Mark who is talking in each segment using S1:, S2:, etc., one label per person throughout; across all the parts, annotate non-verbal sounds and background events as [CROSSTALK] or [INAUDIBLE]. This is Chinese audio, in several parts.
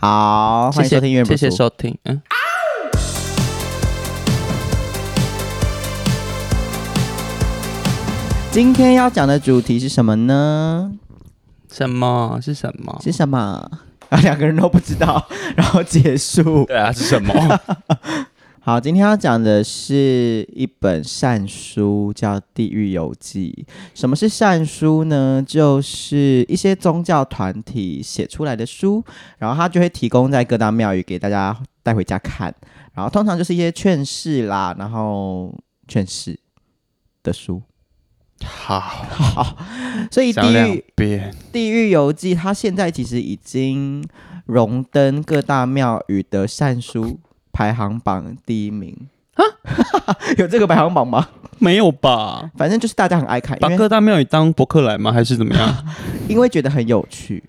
S1: 好，
S2: 谢
S1: 欢迎收听
S2: 谢
S1: 《
S2: 谢谢哦收听，嗯，
S1: 今天要讲的主题是什么呢？
S2: 什么是什么？
S1: 是什么？ [LAUGHS] 然后两个人都不知道， [LAUGHS] 然后结束。
S2: 对啊，是什 [LAUGHS] 么？
S1: 好，今天要讲的是一本善书，叫《地狱游记》。什么是善书呢？就是一些宗教团体写出来的书，然后它就会提供在各大庙宇给大家带回家看。然后通常就是一些劝世啦，然后劝世的书。
S2: 好，
S1: 所以《
S2: 讲
S1: 地
S2: 两
S1: 狱
S2: 遍，
S1: 地狱游记》它现在其实已经荣登各大庙宇的善书排行榜第一名啊， [LAUGHS] 有这个排行榜吗？
S2: 没有吧？
S1: 反正就是大家很爱看，
S2: 把
S1: 因为
S2: 各大庙宇当博客来吗？还是怎么 [LAUGHS] 样？
S1: 因为觉得很有趣。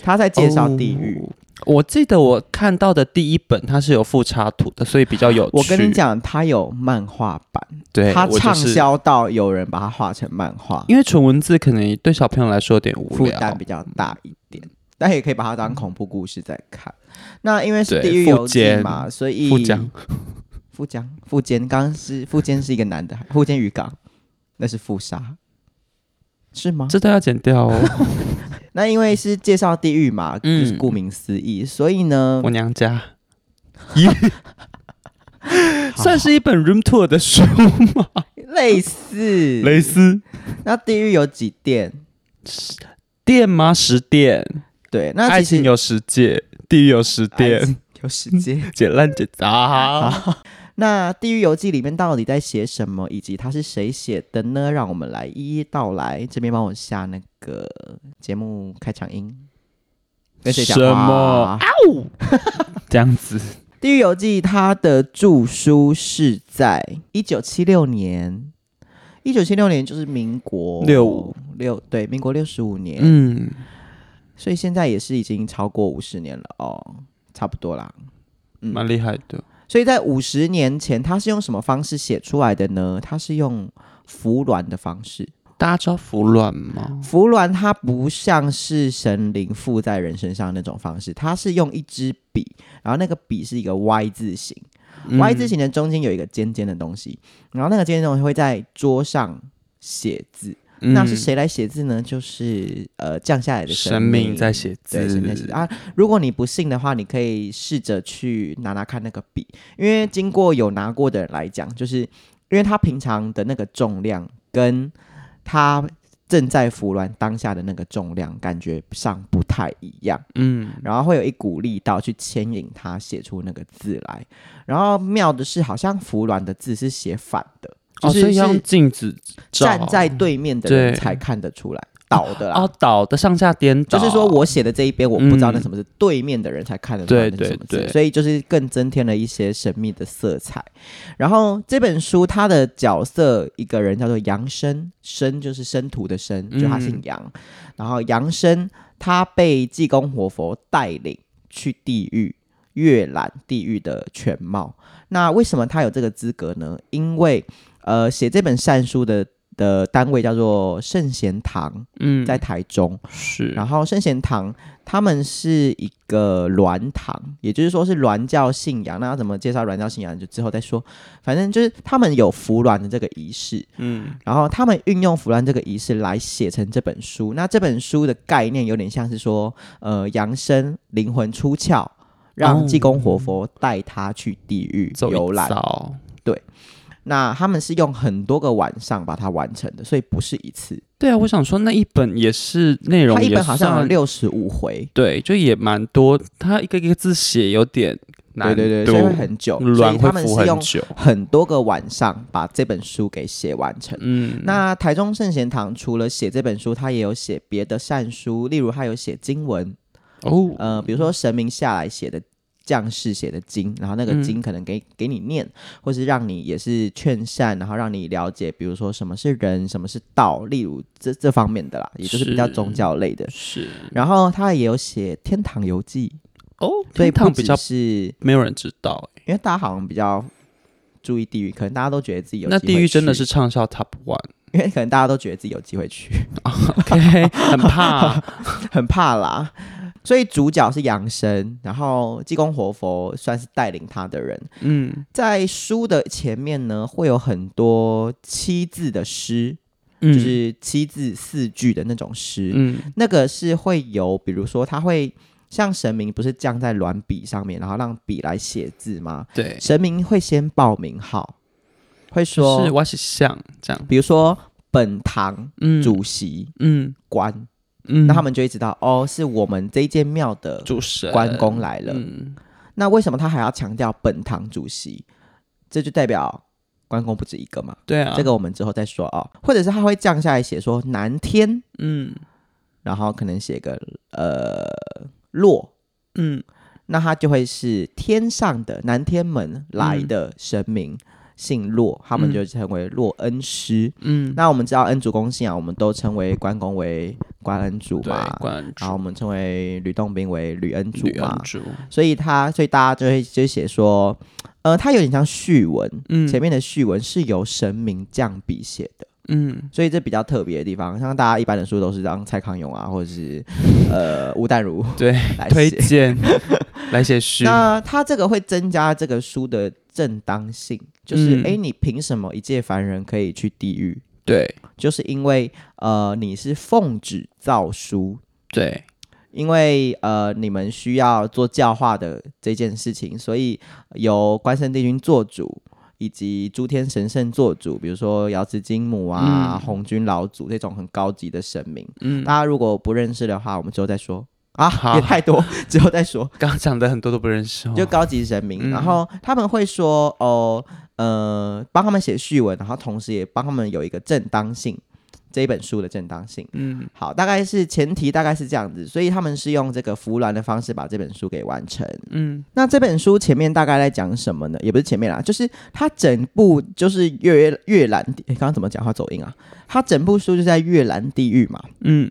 S1: 他在介绍地狱。
S2: 哦。我记得我看到的第一本，它是有附插图的，所以比较有趣。
S1: 我跟你，讲，他有漫画版，
S2: 对，
S1: 他
S2: 我
S1: 畅
S2: 就是，
S1: 销到有人把它画成漫画，
S2: 因为纯文字可能对小朋友来说有点无
S1: 负
S2: 聊，啊
S1: 担比较大一点，但也可以把它当恐怖故事在看。那因为是
S2: 对
S1: 地狱
S2: 富
S1: 游记
S2: 坚
S1: 嘛，所以
S2: 不讲。
S1: 富江、富坚，刚刚是富坚是一个男的，富坚渔港，那是富沙，是吗？
S2: 这都要剪掉 [LAUGHS] 哦。
S1: 那因为是介绍地狱嘛，
S2: 嗯
S1: 就是顾名思义，所以呢
S2: 我，娘 [LAUGHS] 家，咦，算是一本 room tour 的书吗？
S1: 类似
S2: 蕾丝
S1: 那地狱有几殿？
S2: 店吗？十店，
S1: 对，那
S2: 爱
S1: 其实
S2: 情有十戒，地狱有十
S1: 爱
S2: 店，
S1: 情有时
S2: [LAUGHS]
S1: 间。
S2: 解烂解杂。
S1: 那《地狱游记》里面到底在写什么，以及它是谁写的呢？让我们来一一道来。这边帮我下那个节目开场音，跟谁讲话
S2: 什么？这样子，
S1: 《地狱游记》它的著书是在一九七六年，一九七六年就是民国
S2: 65
S1: 六对，民国六十五年，
S2: 嗯，
S1: 所以现在也是已经超过五十年了哦，差不多啦。嗯
S2: 蛮厉害的。
S1: 所以在五十年前，它是用什么方式写出来的呢？它是用服软的方式。
S2: 大家知道服软吗？
S1: 服软它不像是神灵附在人身上那种方式，它是用一支笔，然后那个笔是一个 Y 字形。Y
S2: 嗯
S1: 字形的中间有一个尖尖的东西，然后那个尖尖的东西会在桌上写字。
S2: 嗯，
S1: 那是
S2: 嗯？
S1: 谁来写字呢？就是呃降下来的
S2: 神
S1: 明
S2: 明在写字
S1: 对，神明在写字啊。如果你不信的话，你可以试着去拿拿看那个笔，因为经过有拿过的人来讲，就是因为他平常的那个重量跟他正在服软当下的那个重量感觉上不太一样。
S2: 嗯，
S1: 然后会有一股力道去牵引他写出那个字来。然后妙的是，好像服软的字是写反的，
S2: 哦，
S1: 就是
S2: 所以要用
S1: 是
S2: 镜子照
S1: 站在对面的人
S2: 对
S1: 才看得出来，倒的啦。
S2: 哦倒的上下颠倒，
S1: 就是说，我写的这一边，我不知道那
S2: 哦嗯
S1: 什么是对面的人才看得出来
S2: 对
S1: 那是什么
S2: 对
S1: 字，
S2: 对
S1: 所以就是更增添了一些神秘的色彩。然后这本书它的角色一个人叫做杨生，生就是生徒的生，就他姓
S2: 嗯
S1: 杨。然后杨生他被济公活佛带领去地狱，阅览地狱的全貌。那为什么他有这个资格呢？因为呃，写这本善书的的单位叫做圣贤堂，
S2: 嗯
S1: 在台中。
S2: 是
S1: 然后圣贤堂他们是一个鸾堂，也就是说是鸾教信仰。那要怎么介绍鸾教信仰就之后再说。反正就是他们有服鸾的这个仪式，
S2: 嗯
S1: 然后他们运用服鸾这个仪式来写成这本书。那这本书的概念有点像是说，呃，扬生灵魂出窍，让济公活佛带他去地狱
S2: 走一
S1: 游览。
S2: 遭
S1: 那他们是用很多个晚上把它完成的，所以不是一次。
S2: 对啊，我想说那一本也是内容
S1: 它一
S2: 也
S1: 本好像有
S2: 算
S1: 六十五回。
S2: 对，就也蛮多，它一个一个字写有点难
S1: 对
S2: 度，
S1: 对对，所以会很久，所以
S2: 软
S1: 他
S2: 会
S1: 们
S2: 浮
S1: 是
S2: 很
S1: 用
S2: 久。
S1: 很多个晚上把这本书给写完成。
S2: 嗯，
S1: 那台中圣贤堂除了写这本书，他也有写别的善书，例如他有写经文，
S2: 哦，
S1: 呃，比如说神明下来写的将士写的经，然后那个
S2: 嗯
S1: 经可能给、给你念，或是让你也是劝善，然后让你了解，比如说什么是人，什么是道，例如这这方面的啦，也就是比较
S2: 是
S1: 宗教类的。
S2: 是
S1: 然后他也有写《天堂游记》，
S2: 哦，
S1: 所以
S2: 天
S1: 不
S2: 堂比较
S1: 只是
S2: 没有人知道欸、
S1: 因为大家好像比较注意地狱，可能大家都觉得自己有
S2: 那
S1: 机会
S2: 地狱真的
S1: 去
S2: 是，畅销 Top
S1: [LAUGHS]
S2: One。
S1: 因为可 [LAUGHS] 能大家都觉得自己有机会去，
S2: 啊
S1: [LAUGHS]
S2: OK，很怕
S1: 很怕啦。所以主角是杨生，然后济公活佛算是带领他的人。
S2: 嗯
S1: 在书的前面呢，会有很多七字的诗，
S2: 嗯，
S1: 就是七字四句的那种诗。
S2: 嗯
S1: 那个是会有，比如说他会像神明不是降在软笔上面，然后让笔来写字吗？
S2: 对，
S1: 神明会先报名号，会说，
S2: 是我是像这样，
S1: 比如说本堂
S2: 嗯
S1: 主席
S2: 嗯
S1: 官，
S2: 嗯，
S1: 那他们就会知道哦，是我们这间庙的
S2: 主神
S1: 关公来了。
S2: 嗯，
S1: 那为什么他还要强调本堂主席？这就代表关公不止一个嘛。
S2: 对啊，
S1: 这个我们之后再说哦，或者是他会降下来写说南天，
S2: 嗯
S1: 然后可能写个呃落，
S2: 嗯
S1: 那他就会是天上的南天门来
S2: 嗯
S1: 的神明，姓洛，他们就称为洛恩师。
S2: 嗯，
S1: 那我们知道恩主公信仰，啊我们都称为关公为关恩主
S2: 对
S1: 嘛，
S2: 关
S1: 然后我
S2: 主
S1: 们称为吕洞宾为吕恩主
S2: 女
S1: 嘛
S2: 恩，主，
S1: 所以他所以大家就会就写说，呃，他有点像序文，
S2: 嗯
S1: 前面的序文是由神明降笔写的。
S2: 嗯
S1: 所以这比较特别的地方，像大家一般的书都是让蔡康永啊，或者是呃吴淡如
S2: 对
S1: 来
S2: 推
S1: 写。
S2: 荐
S1: [LAUGHS]
S2: 来写诗，
S1: 那他这个会增加这个书的正当性，就是
S2: 嗯
S1: 诶，你凭什么一介凡人可以去地狱？
S2: 对
S1: 就是因为呃你是奉旨造书，
S2: 对，
S1: 因为呃你们需要做教化的这件事情，所以由关圣帝君做主。以及诸天神圣做主，比如说瑶池金母啊、
S2: 嗯
S1: 红军老祖这种很高级的神明，
S2: 嗯，
S1: 大家如果不认识的话，我们之后再说啊，
S2: 好
S1: 也太多，之后再
S2: [LAUGHS]
S1: 说。
S2: 刚刚讲的很多都不认识哦，
S1: 就高级神明，
S2: 嗯
S1: 然后他们会说哦，呃，帮他们写序文，然后同时也帮他们有一个正当性，这一本书的正当性。
S2: 嗯
S1: 好，大概是前提大概是这样子，所以他们是用这个服鸾的方式把这本书给完成。
S2: 嗯
S1: 那这本书前面大概在讲什么呢？也不是前面啦，就是它整部就是阅阅览地，诶刚刚怎么讲话走音啊？它整部书就在阅览地狱嘛，
S2: 嗯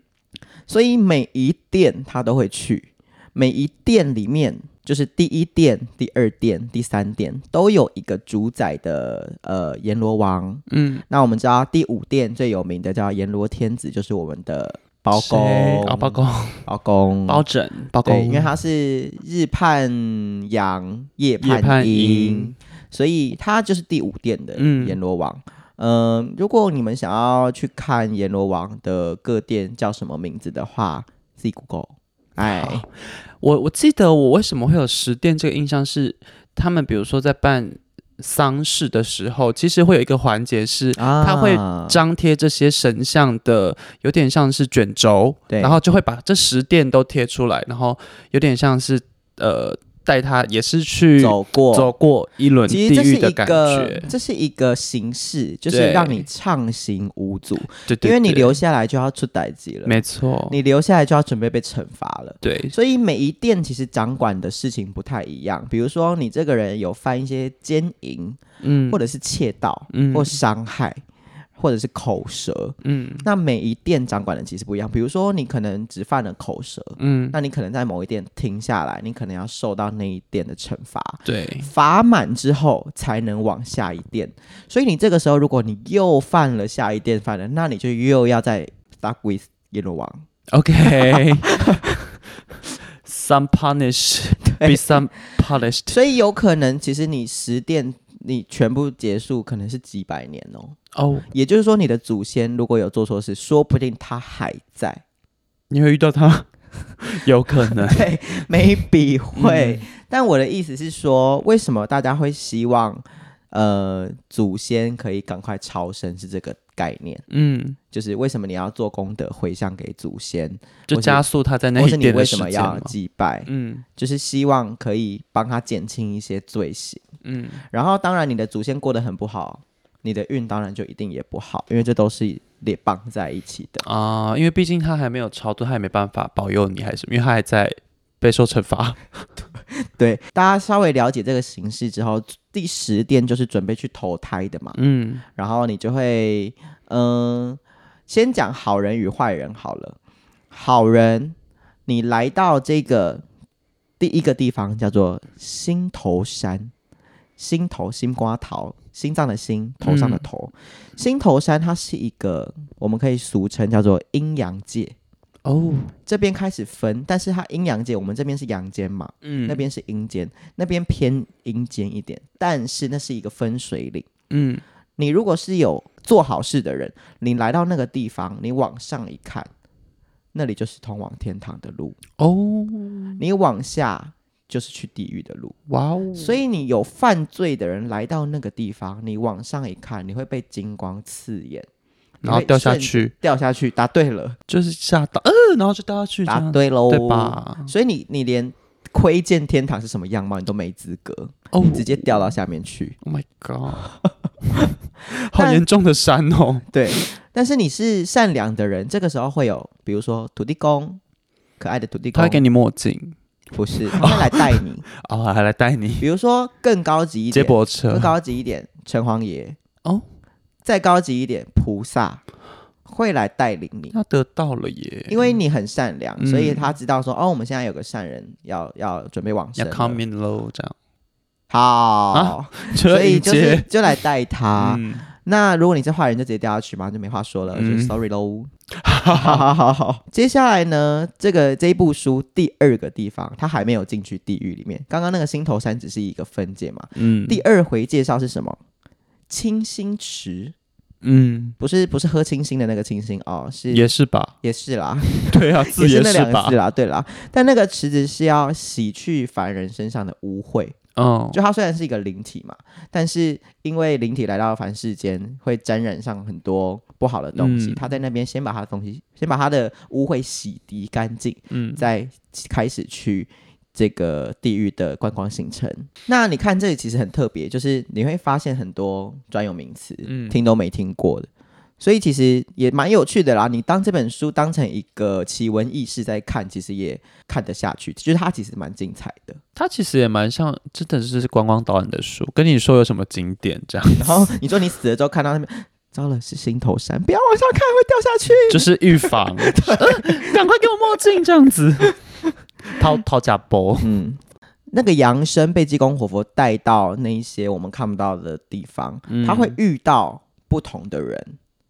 S1: 所以每一店他都会去，每一店里面就是第一店、第二店、第三店都有一个主宰的呃阎罗王。
S2: 嗯，
S1: 那我们知道第五店最有名的叫阎罗天子，就是我们的包
S2: 谁
S1: 公，
S2: 啊包公
S1: 包公，
S2: 包拯包
S1: 对，
S2: 公，
S1: 因为他是日盼阳，夜
S2: 夜
S1: 盼
S2: 盼
S1: 阴
S2: 阴，
S1: 所以他就是第五殿的
S2: 嗯
S1: 阎罗王。嗯、如果你们想要去看阎罗王的各殿叫什么名字的话，自己 Google。哎，
S2: 好我我记得我为什么会有十殿这个印象是，他们比如说在办丧事的时候，其实会有一个环节是
S1: 啊
S2: 他会张贴这些神像的，有点像是卷轴，
S1: 对
S2: 然后就会把这十殿都贴出来，然后有点像是呃带他也是去
S1: 走过。
S2: 走过一轮
S1: 其实
S2: 地
S1: 这是
S2: 狱的
S1: 一
S2: 感
S1: 个
S2: 觉，，
S1: 这是一个形式，就是
S2: 对
S1: 让你畅行无阻，
S2: 对对对，
S1: 因为你留下来就要出歹机了，
S2: 没错，
S1: 你留下来就要准备被惩罚了。
S2: 对
S1: 所以每一店其实掌管的事情不太一样，比如说你这个人有犯一些奸淫，
S2: 嗯
S1: 或者是窃盗，
S2: 嗯
S1: 或伤害，或者是口舌，
S2: 嗯
S1: 那每一店掌管的其实不一样。比如说你可能只犯了口舌，
S2: 嗯
S1: 那你可能在某一店停下来，你可能要受到那一店的惩罚。
S2: 对
S1: 罚满之后才能往下一店，所以你这个时候如果你又犯了下一店犯了，那你就又要再 stuck with 阎罗王。
S2: ，OK 。Some [LAUGHS] punish,
S1: 对
S2: be some punished.
S1: 所以有可能，其实你十殿你全部结束，可能是几百年哦。
S2: 哦，
S1: 也就是说，你的祖先如果有做错事，说不定他还在。 [LAUGHS]
S2: 你会遇到他，有可能
S1: 对，maybe
S2: 嗯
S1: 会。但我的意思是说，为什么大家会希望呃祖先可以赶快超生是这个概念？
S2: 嗯，
S1: 就是为什么你要做功德回向给祖先，
S2: 就
S1: 或是
S2: 加速他在那
S1: 或是
S2: 一
S1: 你
S2: 点
S1: 为
S2: 的
S1: 什
S2: 时
S1: 么
S2: 间
S1: 要
S2: 嘛。
S1: 祭拜？
S2: 嗯
S1: 就是希望可以帮他减轻一些罪行。
S2: 嗯，
S1: 然后当然你的祖先过得很不好，你的运当然就一定也不好，因为这都是连绑在一起的。
S2: 啊、因为毕竟他还没有超度，他也没办法保佑你，还是因为他还在备受惩罚。
S1: 对，大家稍微了解这个形式之后，第十殿就是准备去投胎的嘛，
S2: 嗯
S1: 然后你就会，嗯、先讲好人与坏人好了。好人，你来到这个第一个地方叫做心头山，心头心瓜桃，心脏的心，头上的头。心头山它是一个我们可以俗称叫做阴阳界，
S2: 哦，
S1: 这边开始分，但是它阴阳间，我们这边是阳间嘛，
S2: 嗯
S1: 那边是阴间，那边偏阴间一点，但是那是一个分水岭。
S2: 嗯
S1: 你如果是有做好事的人，你来到那个地方，你往上一看，那里就是通往天堂的路；
S2: 哦，
S1: 你往下就是去地狱的路。
S2: 哇哦，
S1: 所以你有犯罪的人来到那个地方，你往上一看，你会被金光刺眼，
S2: 然后
S1: 你会
S2: 掉下
S1: 顺
S2: 去
S1: 掉下去。答对了，
S2: 就是吓到，呃，然后就掉下去，这
S1: 答
S2: 样
S1: 对喽，
S2: 对？吧？
S1: 所以你你连窥见天堂是什么样貌，你都没资格，
S2: 哦，
S1: 直接掉到下面去。
S2: ，Oh my
S1: [LAUGHS]
S2: God，好
S1: 但
S2: 严重的山哦，
S1: 对，但是你是善良的人，这个时候会有，比如说土地公，可爱的土地
S2: 他
S1: 公
S2: 会，给你墨镜，
S1: 不
S2: [LAUGHS]
S1: 是，他会来带你。
S2: 哦，还来带你
S1: 比如说更高级一
S2: 接
S1: 点，
S2: 驳
S1: 更
S2: 车，
S1: 高级一点，城隍爷
S2: 嗯哦，
S1: 再高级一点，菩萨会来带领你。
S2: 他得到了耶，
S1: 因为你很善良，
S2: 嗯
S1: 所以他知道说，哦，我们现在有个善人要要准备往
S2: 要
S1: 生了，
S2: come in low 这样，
S1: 好， [LAUGHS]
S2: 就
S1: 所
S2: 要
S1: 以
S2: 迎
S1: 就是啊
S2: 接，
S1: 就来带他。
S2: 嗯，
S1: 那如果你是坏人，就直接掉下去嘛，就没话说了，就
S2: 嗯
S1: sorry
S2: [LAUGHS]
S1: 喽。好好好好，接下来呢，这个这一部书第二个地方，他还没有进去地狱里面。刚刚那个心头山只是一个分界嘛，
S2: 嗯，
S1: 第二回介绍是什么？清心池，
S2: 嗯，
S1: 不是不是喝清新的那个清新哦，是
S2: 也是
S1: [LAUGHS]
S2: 吧？
S1: 也是啦，
S2: 对啊， [LAUGHS] 字
S1: 也是那
S2: 是
S1: 两个
S2: 吧
S1: 字？啦，对啦。但那个池子是要洗去凡人身上的污秽，
S2: 嗯，
S1: 就它虽然是一个灵体嘛，但是因为灵体来到凡世间，会沾染上很多不好的东西。
S2: 嗯
S1: 他在那边先把他的东西，先把他的污秽洗涤干净，
S2: 嗯，
S1: 再开始去这个地狱的观光行程。那你看这里其实很特别，就是你会发现很多专有名词，
S2: 嗯
S1: 听都没听过的。所以其实也蛮有趣的啦。你当这本书当成一个奇闻异事在看，其实也看得下去。就是它其实蛮精彩的。
S2: 他其实也蛮像，真的是观光导演的书，跟你说有什么景点
S1: [LAUGHS]
S2: 这样，
S1: 然后你说你死了之后看到那边， [LAUGHS] 糟了是心头山，不要往上看会掉下去。
S2: 就是预防，呃赶快给我墨镜这
S1: [LAUGHS]
S2: 样子，掏掏假包，
S1: 嗯，那个杨生被济公活佛带到那一些我们看不到的地方，
S2: 嗯
S1: 他会遇到不同的人，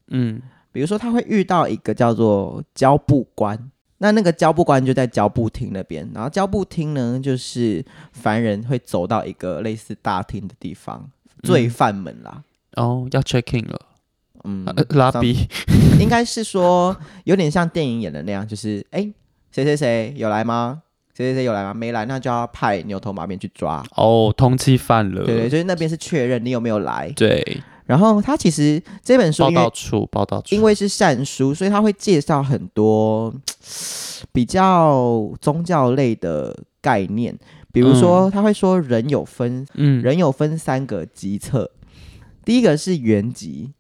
S2: 嗯，
S1: 比如说他会遇到一个叫做交部官。那那个交部官就在交部厅那边，然后交部厅呢，就是凡人会走到一个类似大厅的地方，
S2: 嗯
S1: 罪犯们啦，
S2: 哦，要 check in 了，
S1: 嗯，
S2: 呃拉比，
S1: 应该是说有点像电影演的那样，就是哎，谁谁谁有来吗？谁谁谁有来吗？没来，那就要派牛头马面去抓。
S2: 哦，通缉犯了，
S1: 对对，就是那边是确认你有没有来。
S2: 对，
S1: 然后他其实这本书
S2: 报
S1: 因
S2: 道
S1: 为
S2: 处，报道处，
S1: 因为是善书，所以他会介绍很多比较宗教类的概念，比如说他会说人有分
S2: 嗯，
S1: 人有分三个极侧，第一个是原极，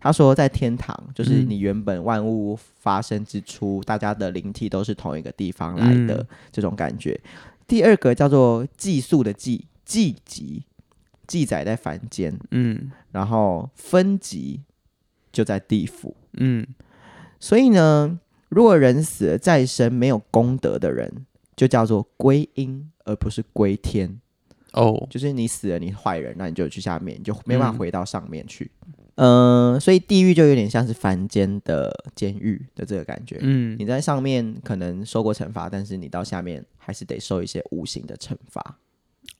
S1: 他说在天堂，就是
S2: 嗯
S1: 你原本万物发生之初，大家的灵体都是同一个地方来的、
S2: 嗯
S1: 这种感觉。第二个叫做寄宿的寄，寄极，记载在凡间，
S2: 嗯
S1: 然后分级就在地府。
S2: 嗯，
S1: 所以呢，如果人死了再生没有功德的人，就叫做归阴，而不是归天。
S2: 哦，
S1: 就是你死了，你坏人，那你就去下面，你就没办法
S2: 嗯
S1: 回到上面去。呃，所以地狱就有点像是凡间的监狱的这个感觉。
S2: 嗯
S1: 你在上面可能受过惩罚，但是你到下面还是得受一些无形的惩罚。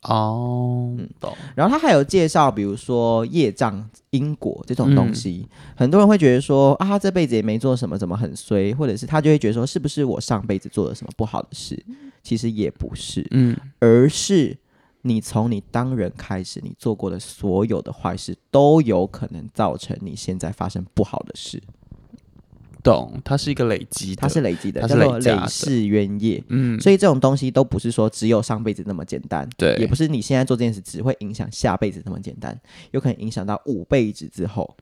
S2: 哦
S1: 嗯，
S2: 懂，
S1: 然后他还有介绍，比如说业障、因果这
S2: 嗯
S1: 种东西，很多人会觉得说啊，他这辈子也没做什么，怎么很衰，或者是他就会觉得说，是不是我上辈子做了什么不好的事？其实也不是，
S2: 嗯
S1: 而是你从你当人开始，你做过的所有的坏事，都有可能造成你现在发生不好的事。
S2: 懂，它是一个累积的，
S1: 它是累积的，
S2: 它
S1: 叫
S2: 是
S1: 做
S2: 累加的
S1: 累世冤业。
S2: 嗯，
S1: 所以这种东西都不是说只有上辈子那么简单，
S2: 对
S1: 也不是你现在做这件事只会影响下辈子那么简单，有可能影响到五辈子之后。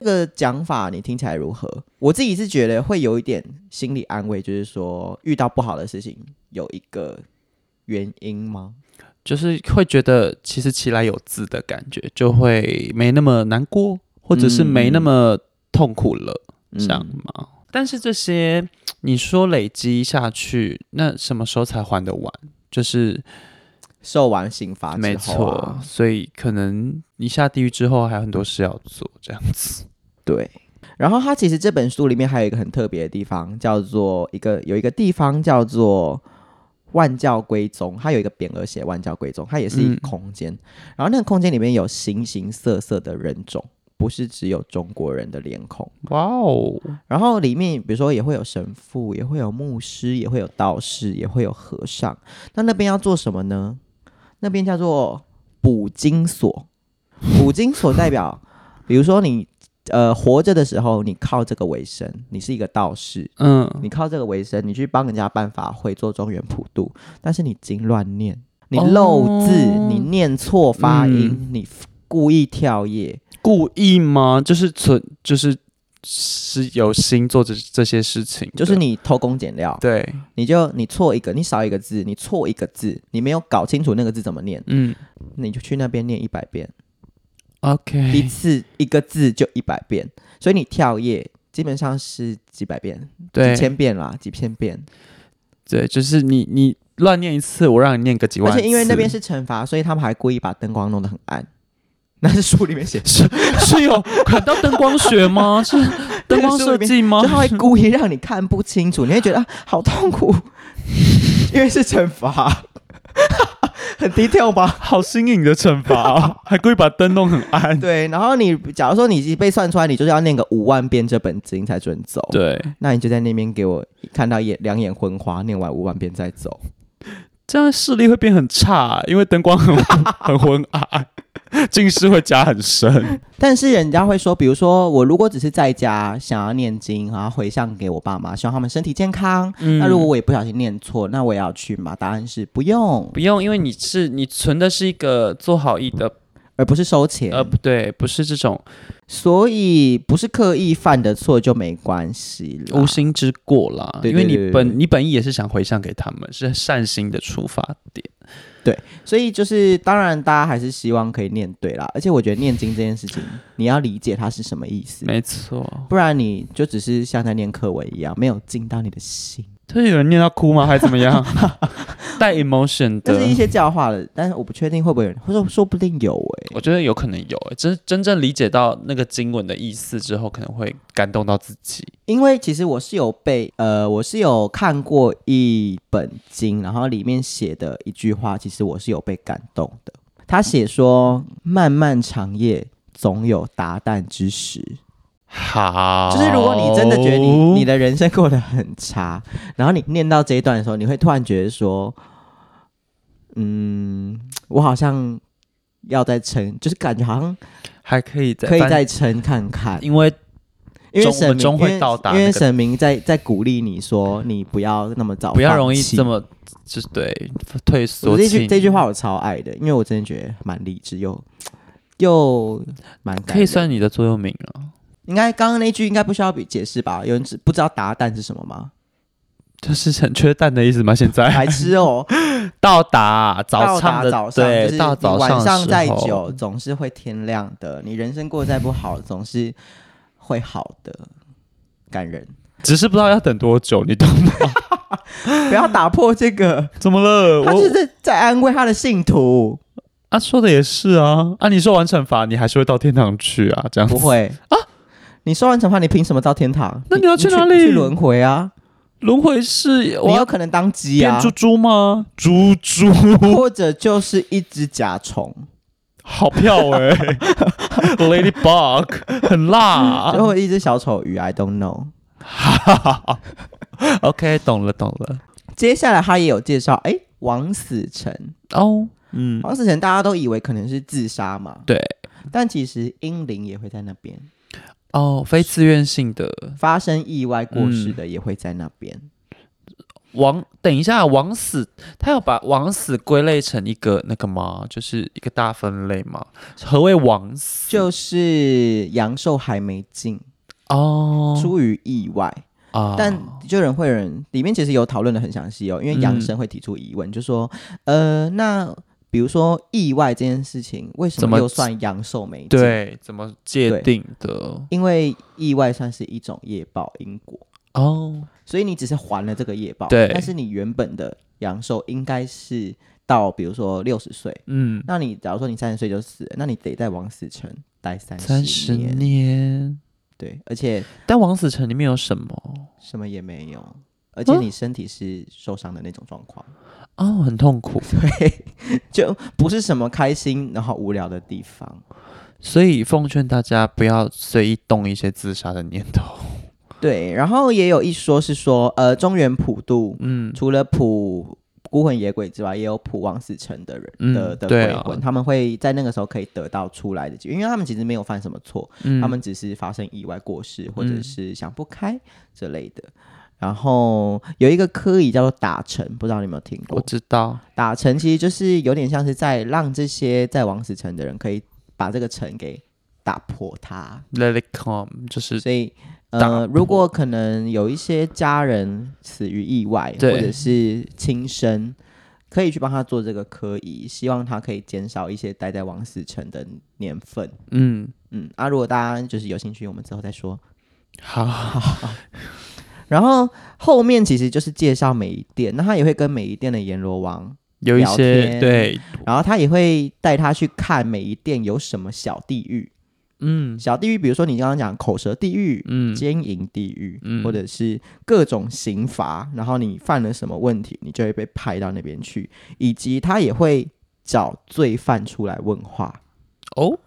S1: 这个讲法你听起来如何？我自己是觉得会有一点心理安慰，就是说遇到不好的事情有一个原因吗？
S2: 就是会觉得其实其来有自的感觉，就会没那么难过，或者是没那么痛苦了，这样
S1: 嗯
S2: 吗？但是这些你说累积下去，那什么时候才还得完？就是
S1: 受完刑罚之后、啊，
S2: 没错，所以可能你下地狱之后还有很多事要做，这样子。
S1: 对。然后它其实这本书里面还有一个很特别的地方，叫做一个有一个地方叫做万教归宗，它有一个匾额写万教归宗，它也是一
S2: 嗯
S1: 个空间。然后那个空间里面有形形色色的人种，不是只有中国人的脸孔。
S2: 哇哦，
S1: 然后里面比如说也会有神父，也会有牧师，也会有道士，也会有和尚。那那边要做什么呢？那边叫做捕鲸所，捕鲸所代表，比如说你呃活着的时候，你靠这个为生，你是一个道士，
S2: 嗯，
S1: 你靠这个为生，你去帮人家办法会做中原普渡，但是你经乱念，你漏字，
S2: 哦
S1: 你念错发音，
S2: 嗯
S1: 你故意跳页，
S2: 故意吗？就是存，就是是有心做这这些事情的，
S1: 就是你偷工减料。
S2: 对，
S1: 你就你错一个，你少一个字，你错一个字，你没有搞清楚那个字怎么念，
S2: 嗯
S1: 你就去那边念一百遍，一
S2: ，OK，
S1: 次一个字就一百遍，所以你跳页基本上是几百遍、几
S2: 对
S1: 千遍啦，几千遍。
S2: 对，就是你你乱念一次，我让你念个几万
S1: 而
S2: 次，
S1: 且因为那边是惩罚，所以他们还故意把灯光弄得很暗。那是书里面
S2: [LAUGHS]
S1: 写，
S2: 是是
S1: [LAUGHS]
S2: 有看到灯光学吗？是灯光设计吗
S1: 就？他会故意让你看不清楚，你会觉得、啊、好痛苦，因为是惩罚，很低调吧？
S2: 好新颖的惩罚哦，还故意把灯弄很 [LAUGHS] 暗。
S1: 对，然后你假如说你被算出来，你就是要念个五万遍这本经才准走。，
S2: 对，
S1: 那你就在那边给我看到眼两眼昏花，念完五万遍再走。
S2: 嗯这样视力会变很差，因为灯光很 [LAUGHS] 很昏暗，近视会加很深。
S1: 但是人家会说，比如说我如果只是在家想要念经，然后回向给我爸妈，希望他们身体健康。
S2: 嗯
S1: 那如果我也不小心念错，那我也要去吗？答案是不用，
S2: 不用，因为你是你存的是一个做好意的，
S1: 而不是收钱。
S2: 呃，不对，不是这种
S1: 所以不是刻意犯的错就没关系啦
S2: 无心之过啦。
S1: 对
S2: 因为
S1: 对
S2: 你
S1: 对对
S2: 本你本意也是想回向给他们，是善心的出发点。
S1: 所以就是，当然大家还是希望可以念对啦。而且我觉得念经这件事情，你要理解它是什么意思，
S2: 没错，
S1: 不然你就只是像在念课文一样，没有进到你的心。
S2: 就是有人念到哭吗？还是怎么样？ [LAUGHS] 带 emotion
S1: 这
S2: 的
S1: 是一些教化了，但是我不确定会不会有人，或者说不定有诶、
S2: 我觉得有可能有、欸，真真正理解到那个经文的意思之后，可能会感动到自己。
S1: 因为其实我是有被呃，我是有看过一本经，然后里面写的一句话，其实我是有被感动的。他写说：“漫漫长夜，总有达旦之时。”
S2: 好
S1: 就是如果你真的觉得你
S2: 哦
S1: 你的人生过得很差，然后你念到这一段的时候，你会突然觉得说，嗯，我好像要再撑，就是感觉好像
S2: 还可以再
S1: 可以
S2: 翻，
S1: 再撑看看，
S2: 因为
S1: 因为
S2: 终
S1: 神
S2: 我
S1: 明
S2: 们终会到达
S1: 因为因为
S2: 那个
S1: 神明在在鼓励你说，你不要那么早，
S2: 不要容易这
S1: 么。
S2: 么就是对退缩
S1: 我这句
S2: 气。
S1: 这句话我超爱的，因为我真的觉得蛮励志又又蛮感
S2: 可以
S1: 人
S2: 算你的座右铭了，
S1: 应该刚刚那句应该不需要比解释吧？有人知不知道答案是什么吗？
S2: 就是很缺蛋的意思吗？现在
S1: 白痴哦、
S2: [LAUGHS] 到达
S1: 到达
S2: 早上的
S1: 早上，就
S2: 对，
S1: 是
S2: 到早
S1: 你晚
S2: 的时
S1: 上
S2: 候
S1: 再久，总是会天亮的。你人生过得再不好，总是会好的。感
S2: [LAUGHS]
S1: 人，
S2: 只是不知道要等多久，你懂 [LAUGHS] 吗？
S1: 不要打破这个，
S2: 怎么了？
S1: 他
S2: 我
S1: 就是在安慰他的信
S2: [LAUGHS]
S1: 徒。
S2: 啊，说的也是啊，啊，你说完惩罚，你还是会到天堂去啊，这样子
S1: 不会啊，你受完惩罚，你凭什么到天堂？
S2: 那你要去哪里
S1: 去轮回啊！
S2: 轮回是我
S1: 你
S2: 要
S1: 有可能当鸡
S2: 变
S1: 啊，
S2: 猪猪吗？猪猪， [LAUGHS]
S1: 或者就是一只甲虫，
S2: 好票哎、Lady Bug 很辣、 [LAUGHS]
S1: 最后一只小丑鱼。I don't know。
S2: [LAUGHS] OK，懂了懂了。
S1: 接下来他也有介绍，哎，王死城，
S2: 哦，嗯，
S1: 王死城大家都以为可能是自杀嘛，
S2: 对，
S1: 但其实英灵也会在那边
S2: 哦，非自愿性的
S1: 发生意外过世
S2: 嗯
S1: 的，也会在那边。
S2: 王，等一下，王死，他要把王死归类成一个那个吗？就是一个大分类吗？何谓王死？
S1: 就是阳寿还没尽，
S2: 哦
S1: 出于意外，
S2: 啊，
S1: 但就人会有人里面其实有讨论的很详细哦，因为
S2: 嗯
S1: 杨生会提出疑问，就说呃，那比如说意外这件事情，为什
S2: 怎
S1: 么
S2: 么
S1: 又算阳寿没尽？，
S2: 对怎么界
S1: 对
S2: 定的？
S1: 因为意外算是一种业报因果，
S2: 哦，
S1: 所以你只是还了这个业报，
S2: 对
S1: 但是你原本的阳寿应该是到比如说六十岁。
S2: 嗯，
S1: 那你假如说你三十岁就死了，那你得在王死城待三
S2: 三
S1: 十
S2: 十
S1: 年，
S2: 年，
S1: 对，而且
S2: 但王死城里面有什么？
S1: 什么也没有，而且你身体是受伤的那种状况，
S2: 哦，很痛苦。
S1: 就不是什么开心然后无聊的地方。
S2: 所以奉劝大家不要随意动一些自杀的念头。
S1: 对，然后也有一说是说，呃，中原普渡
S2: 嗯
S1: 除了普孤魂野鬼之外，也有普王死城的人、
S2: 嗯
S1: 的的
S2: 对
S1: 鬼
S2: 啊
S1: 魂，他们会在那个时候可以得到出来的解，因为他们其实没有犯什么错，
S2: 嗯
S1: 他们只是发生意外过世或者
S2: 嗯
S1: 是想不开之类的。然后有一个科仪叫做打沉，不知道你有没有听
S2: 我
S1: 过？
S2: 知道，
S1: 打沉其实就是有点像是在让这些在王死城的人可以把这个城给打破它，
S2: Let it come，就是
S1: 所以
S2: 打
S1: 呃，如果可能有一些家人死于意外，或
S2: 对
S1: 者是亲生，可以去帮他做这个科仪，希望他可以减少一些待在王死城的年份。
S2: 嗯，
S1: 嗯，啊，如果大家就是有兴趣，我们之后再说。
S2: 好，
S1: 然后后面其实就是介绍每一殿，那他也会跟每一殿的阎罗王，
S2: 有一
S1: 聊
S2: 些
S1: 天
S2: 对，
S1: 然后他也会带他去看每一殿有什么小地狱。
S2: 嗯
S1: 小地狱，比如说你刚刚讲口舌地狱，
S2: 嗯
S1: 奸淫地狱，
S2: 嗯
S1: 或者是各种刑罚，然后你犯了什么问题，你就会被派到那边去，以及他也会找罪犯出来问话，
S2: 哦，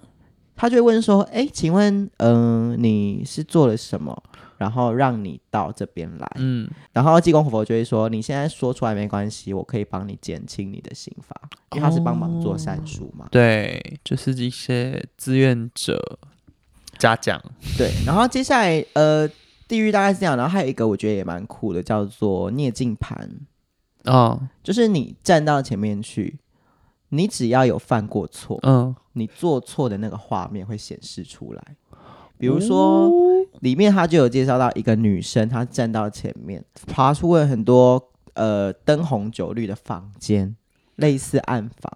S1: 他就会问说：“哎，请问，嗯、你是做了什么？”然后让你到这边来，
S2: 嗯，
S1: 然后济公佛就会说：“你现在说出来没关系，我可以帮你减轻你的刑罚，因为他是帮忙做善术嘛。
S2: 对，就是一些志愿者嘉奖，
S1: 对，然后接下来呃，地狱大概是这样，然后还有一个我觉得也蛮酷的，叫做涅镜盘，
S2: 哦，
S1: 就是你站到前面去，你只要有犯过错，
S2: 嗯，
S1: 你做错的那个画面会显示出来。比如说，
S2: 哦
S1: 里面他就有介绍到一个女生，她站到前面，爬出了很多呃灯红酒绿的房间，类似暗房。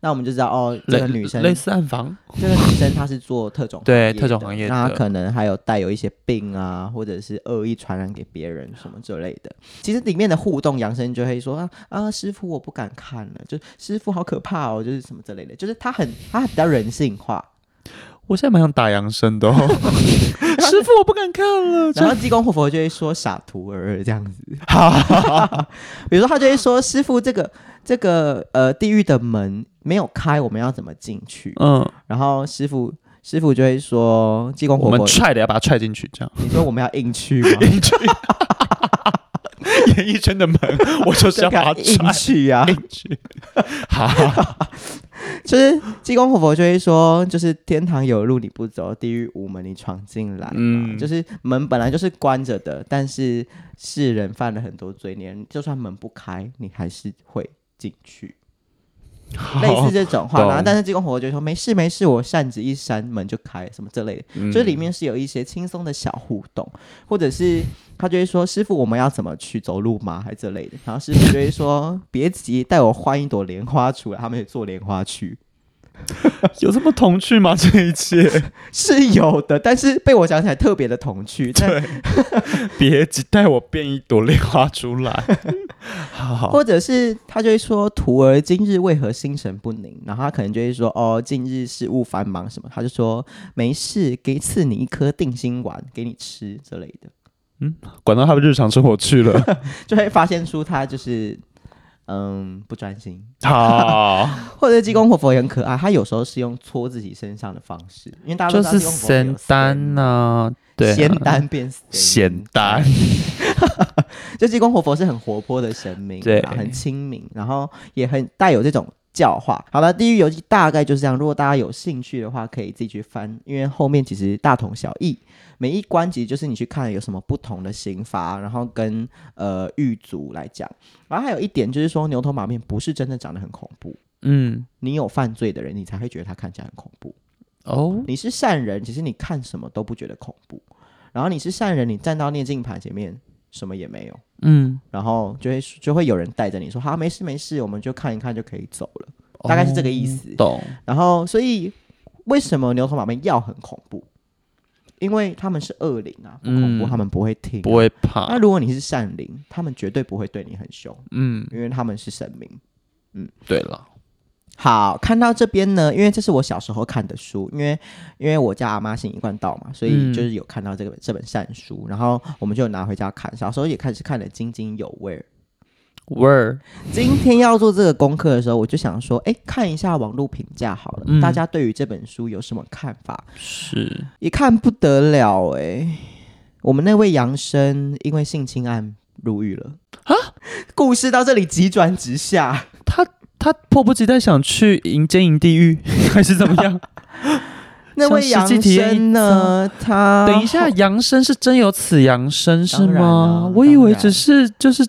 S1: 那我们就知道哦，这
S2: 类
S1: 个女生
S2: 类似暗房，
S1: 这个女生她是做特种
S2: 对
S1: 行业的
S2: 特种行业的
S1: 那她可能还有带有一些病啊，或者是恶意传染给别人什么之类的。其实里面的互动，杨生就会说啊啊，师傅我不敢看了，就师傅好可怕哦，就是什么之类的，就是他很他比较人性化。
S2: 我现在蛮想打扬声的哦， [LAUGHS] 师傅我不敢看了，
S1: 然
S2: [LAUGHS] 这
S1: 后济公活佛就会说傻徒儿这样子，比如说他就会说师傅这个这个呃地狱的门没有开，我们要怎么进去？
S2: 嗯，
S1: 然后师傅师傅就会说济公
S2: 我
S1: 活
S2: 们
S1: 佛，
S2: 踹的要把它踹进去，这样
S1: 你说我们要硬去
S2: [LAUGHS]
S1: 吗？
S2: 进去。 [LAUGHS] 演艺圈的门，我就是 [LAUGHS]
S1: 这
S2: 要把
S1: 个
S2: 它
S1: 硬
S2: 踹
S1: 去啊！
S2: 进去。 [LAUGHS] 好，
S1: 就是济公活佛就会说，就是天堂有路你不走，地狱无门你闯进来嘛。
S2: [LAUGHS] 嗯
S1: 就是门本来就是关着的，但是世人犯了很多罪孽，就算门不开，你还是会进去。 [LAUGHS] 类似这种话，
S2: 懂
S1: 然后但是济公活佛就说没事没事，我扇子一扇门就开，什么之类的。就
S2: 这
S1: 是里面是有一些轻松的小互动，或者是他就会说：“师傅，我们要怎么去走路吗？”还之类的。然后师傅就会说：“别急，带我换一朵莲花出来。”他们也做莲花去
S2: [LAUGHS] 有这么童趣吗？这一 [LAUGHS] 切，
S1: 是有的，但是被我想起来特别的童趣。但
S2: 别急，带我变一朵莲花出来。 [LAUGHS] 好好，
S1: 或者是他就会说：“徒儿今日为何心神不宁？”然后他可能就会说：“哦，近日事务繁忙什么。”他就说：“没事，给赐你一颗定心丸，给你吃之类的。”
S2: 管到他们日常生活去 [LAUGHS] 了。
S1: 就会发现出他就是嗯不专心。
S2: 好，
S1: 或者济公活佛也很可爱，他有时候是用搓自己身上的方式，因为大家都知道
S2: 就是
S1: 济公活佛有
S2: 神丹
S1: 呐、
S2: 呐，对啊，
S1: 仙丹变
S2: 仙丹，
S1: 就济公活佛是很活泼的神明，
S2: 对
S1: 啊很亲民，然后也很带有这种。教化好了，《地狱游记》大概就是这样。如果大家有兴趣的话，可以自己去翻，因为后面其实大同小异。每一关其实就是你去看有什么不同的刑罚，然后跟呃狱卒来讲。然后还有一点就是说，牛头马面不是真的长得很恐怖，
S2: 嗯，
S1: 你有犯罪的人，你才会觉得他看起来很恐怖。
S2: 哦，
S1: 你是善人，其实你看什么都不觉得恐怖。然后你是善人，你站到念镜盘前面，什么也没有，
S2: 嗯，
S1: 然后就会就会有人带着你说：“好，没事没事，我们就看一看就可以走了。”大概是这个意思
S2: 哦懂，
S1: 然后，所以为什么牛头马面要很恐怖？因为他们是恶灵啊，不恐怖，
S2: 嗯
S1: 他们不会听、
S2: 不。会
S1: 那
S2: 怕，
S1: 如果你是善灵，他们绝对不会对你很凶，
S2: 嗯，
S1: 因为他们是神明。
S2: 对了，
S1: 好，看到这边呢，因为这是我小时候看的书，因为因为我家阿妈信一贯道嘛，所以
S2: 嗯
S1: 就是有看到这个这本善书，然后我们就拿回家看，小时候也开始看得津津有味儿。
S2: 味儿，
S1: 今天要做这个功课的时候，我就想说，哎，看一下网络评价好了，
S2: 嗯
S1: 大家对于这本书有什么看法？
S2: 是
S1: 一看不得了哎、我们那位杨生因为性侵案入狱了啊！故事到这里急转直下，
S2: 他迫不及待想去迎奸迎地狱， [LAUGHS] 还是怎么样？
S1: 那位杨
S2: 像实际体验一
S1: 生呢？他
S2: 等一下，扬声是真有此扬声是
S1: 啊当然啊
S2: 吗？我以为
S1: 当然
S2: 只是就是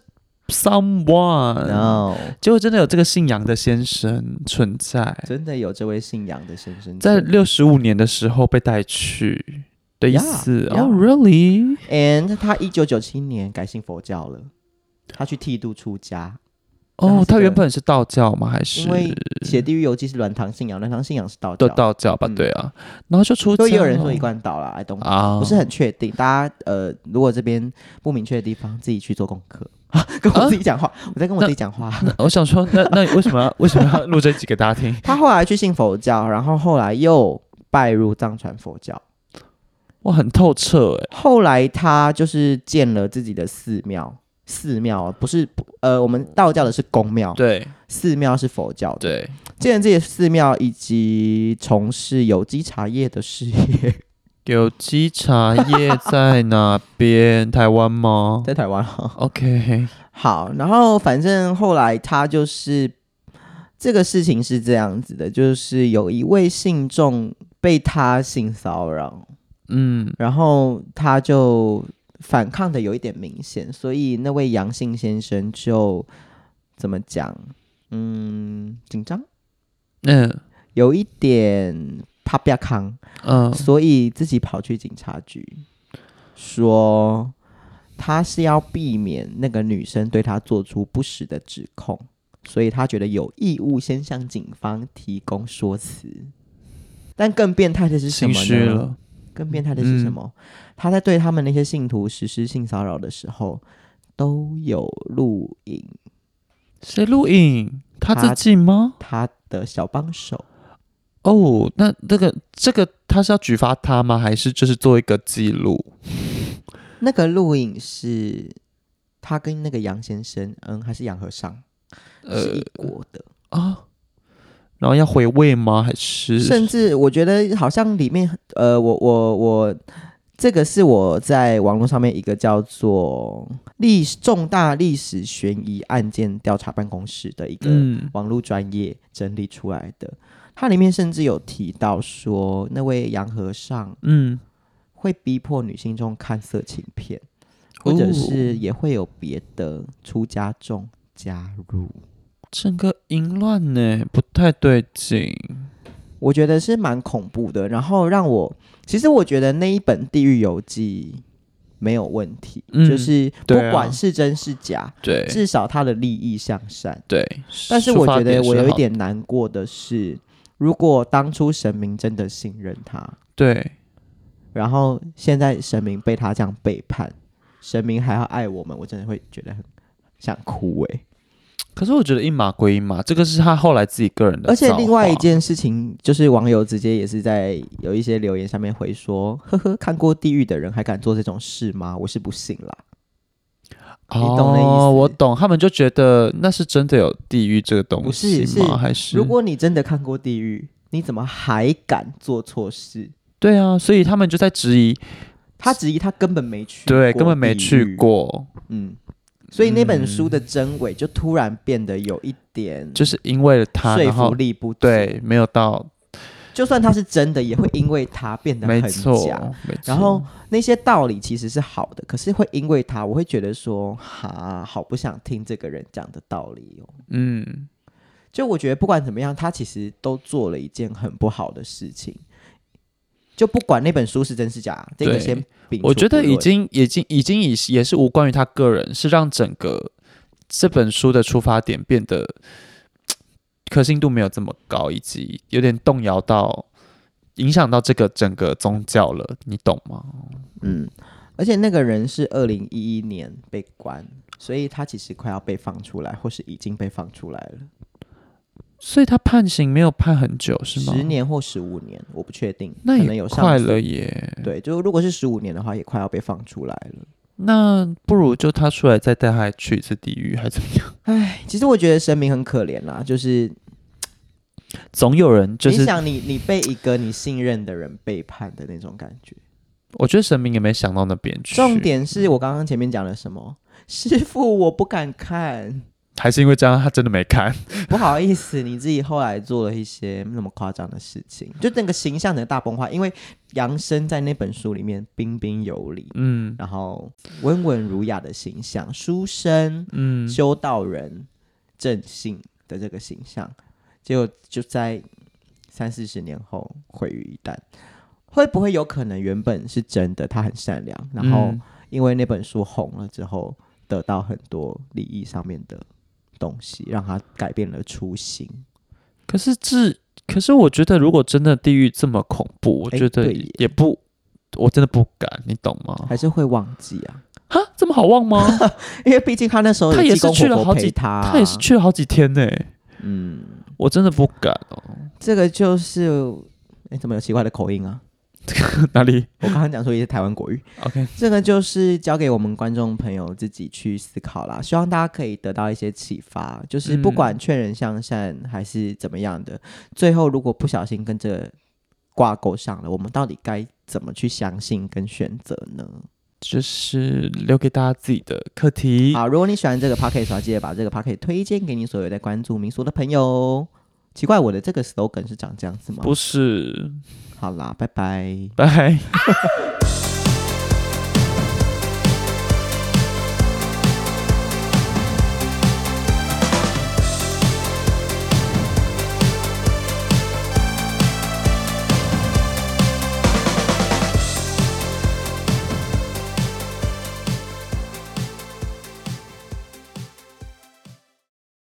S2: someone，
S1: ，no，
S2: 结果真的有这个姓杨的先生存在，
S1: 真的有这位姓杨的先生
S2: 在六十五年的时候被带去的意
S1: Yeah，
S2: 思。
S1: yeah
S2: 哦，really？
S1: ，and 他一九九七年改信佛教了，他去剃度出家，
S2: 哦，
S1: 这
S2: 他
S1: 个
S2: 原本是道教吗？还是
S1: 因为写《地狱游记》是软糖信仰，软糖信仰是道
S2: 对
S1: 教，
S2: 道教吧？
S1: 嗯
S2: 对啊，然后就出
S1: 所以
S2: 家
S1: 有人说
S2: 了
S1: 一贯道啦，I don't
S2: 啊，
S1: 不是很确定，大家呃，如果这边不明确的地方，自己去做功课。 [LAUGHS] 跟我自己讲话，我在跟我自己讲话。
S2: 啊那 [LAUGHS] 我想说，那那你为什么要为什么要录这集给大
S1: [LAUGHS]
S2: 家听？
S1: 他后来去信佛教，然后后来又拜入藏传佛教，
S2: 哇，很透彻哎、
S1: 后来他就是建了自己的寺庙。寺庙不是呃，我们道教的是公庙，
S2: 对
S1: 寺庙是佛教的。
S2: 对，
S1: 建了自己的寺庙，以及从事有机茶叶的事业， [LAUGHS]
S2: 有机茶叶在哪边？台
S1: [LAUGHS]
S2: 湾吗
S1: 在台湾哦
S2: ？OK，
S1: 好，然后反正后来他就是这个事情是这样子的，就是有一位信众被他性骚扰，
S2: 嗯，
S1: 然后他就反抗的有一点明显，所以那位杨姓先生就怎么讲？嗯，紧张，
S2: 嗯
S1: 有一点怕不要扛，
S2: 嗯，
S1: 所以自己跑去警察局说。他是要避免那个女生对他做出不实的指控，所以他觉得有义务先向警方提供说辞。但更变态的是什
S2: 心
S1: 么
S2: 虚
S1: 呢？
S2: 了，
S1: 更变态的是什
S2: 嗯
S1: 么？他在对他们那些信徒实施性骚扰的时候，都有录影
S2: 谁录影？他
S1: 他
S2: 自己吗？
S1: 他的小帮手。
S2: 哦，那这个这个他是要举发他吗？还是就是做一个记录？
S1: 那个录影是他跟那个杨先生，嗯，还是杨和尚，是一
S2: 呃
S1: 国的。
S2: 啊，然后要回味吗？还是
S1: 哦甚至我觉得好像里面，呃，我我我，这个是我在网络上面一个叫做历史重大历史悬疑案件调查办公室的一个
S2: 嗯
S1: 网络专业整理出来的。它里面甚至有提到说，那位洋和尚
S2: 嗯
S1: 会逼迫女性众看色情片，或
S2: 哦
S1: 者是也会有别的出家众加入。
S2: 整个淫乱呢，不太对劲。
S1: 我觉得是蛮恐怖的。然后让我，其实我觉得那一本《地狱游记》没有问题，
S2: 嗯
S1: 就是不
S2: 对啊
S1: 管是真是假，
S2: 对
S1: 至少它的利益向善。
S2: 对，
S1: 但是我
S2: 出发
S1: 觉得
S2: 点是
S1: 我有一
S2: 好
S1: 点难过的是，如果当初神明真的信任他，
S2: 对，
S1: 然后现在神明被他这样背叛，神明还要爱我们，我真的会觉得很想哭欸诶、
S2: 可是我觉得一码归一码，这个是他后来自己个人的。
S1: 而且另外一，件事情，就是网友直接也是在有一些留言下面回说：“呵呵，看过地狱的人还敢做这种事吗？我是不信啦。
S2: 哦、
S1: 你懂的意思
S2: 我懂，他们就觉得那是真的有地狱这个东
S1: 不
S2: 西
S1: 是
S2: 吗？
S1: 是
S2: 还是
S1: 如果你真的看过地狱，你怎么还敢做错事？
S2: 对啊，所以他们就在质疑，
S1: 他质疑他根本没去，
S2: 对，根本没去。过，
S1: 嗯，所以那本书的真伪就突然变得有一点
S2: 嗯就是因为了他，
S1: 说
S2: 然
S1: 服
S2: 后
S1: 力不足。，
S2: 对没有到，
S1: 就算他是真的，也会因为他变得
S2: 没
S1: 很
S2: 错
S1: 假。，
S2: 没错。
S1: 然后那些道理其实是好的，可是会因为他，我会觉得说，哈，好不想听这个人讲的道理哦。
S2: 嗯，
S1: 就我觉得不管怎么样，他其实都做了一件很不好的事情。就不管那本书是真是假，这个
S2: 对
S1: 先摒
S2: 我
S1: 除
S2: 觉得
S1: 不
S2: 已
S1: 论
S2: 经已经已经已也是无关于他个人，是让整个这本书的出发点变得可信度没有这么高，以及有点动摇到影响到这个整个宗教了，你懂吗？
S1: 嗯，而且那个人是二零一一年被关，所以他其实快要被放出来，或是已经被放出来了。
S2: 所以他判刑没有判很久是吗？
S1: 十年或十五年，我不确定，
S2: 那
S1: 可能
S2: 也
S1: 有上
S2: 快
S1: 诉
S2: 了耶。
S1: 对，就如果是十五年的话，也快要被放出来了。
S2: 那不如就他出来再带他去一次地狱，还怎么样？ [LAUGHS]
S1: 唉，其实我觉得神明很可怜啦，就是
S2: 总有人就
S1: 你
S2: 是，
S1: 想你你被一个你信任的人背叛的那种感觉。
S2: 我觉得神明也没想到那边去。
S1: 重点
S2: 嗯
S1: 是我刚刚前面讲了什么？ [LAUGHS] 师傅，我不敢看，
S2: 还是因为这样，他真的没看。
S1: 不好意思，你自己后来做了一些那么夸张的事情，就那个形象的大崩坏。因为杨生在那本书里面彬彬有礼，
S2: 嗯
S1: 然后温文儒雅的形象，书生，
S2: 嗯，
S1: 修道人正信的这个形象，结果就在三四十年后毁于一旦。会不会有可能原本是真的，他很善良，然后
S2: 嗯
S1: 因为那本书红了之后，得到很多利益上面的东西，让他改变了初心？
S2: 可是这，可是我觉得，如果真的地狱这么恐怖，我
S1: 哎
S2: 觉得
S1: 对耶
S2: 也不，我真的不敢，你懂吗？
S1: 还是会忘记啊？
S2: 哈，这么好忘吗？
S1: 因为毕竟他那时候
S2: 他
S1: 有
S2: 也
S1: 济公
S2: 是去了
S1: 活佛
S2: 好
S1: 陪
S2: 几
S1: 他啊、
S2: 他也是去了好几天呢、
S1: 嗯，
S2: 我真的不敢
S1: [LAUGHS]
S2: 哦。
S1: 这个就是哎，怎么有奇怪的口音啊？
S2: 哪里
S1: 我刚刚讲说一些台湾国语，
S2: ？OK，
S1: 这个就是交给我们观众朋友自己去思考啦，希望大家可以得到一些启发。就是不管劝人向善还是怎么样的，最后如果不小心跟这挂钩上了，我们到底该怎么去相信跟选择呢？
S2: 就是留给大家自己的课题。
S1: 好，如果你喜欢这个 p o c k e t 的话，记得把这个 p o c k e t 推荐给你所有在关注民俗的朋友哦。奇怪，我的这个 slogan 是长这样子吗？
S2: 不是，
S1: 好啦，拜拜。
S2: 拜。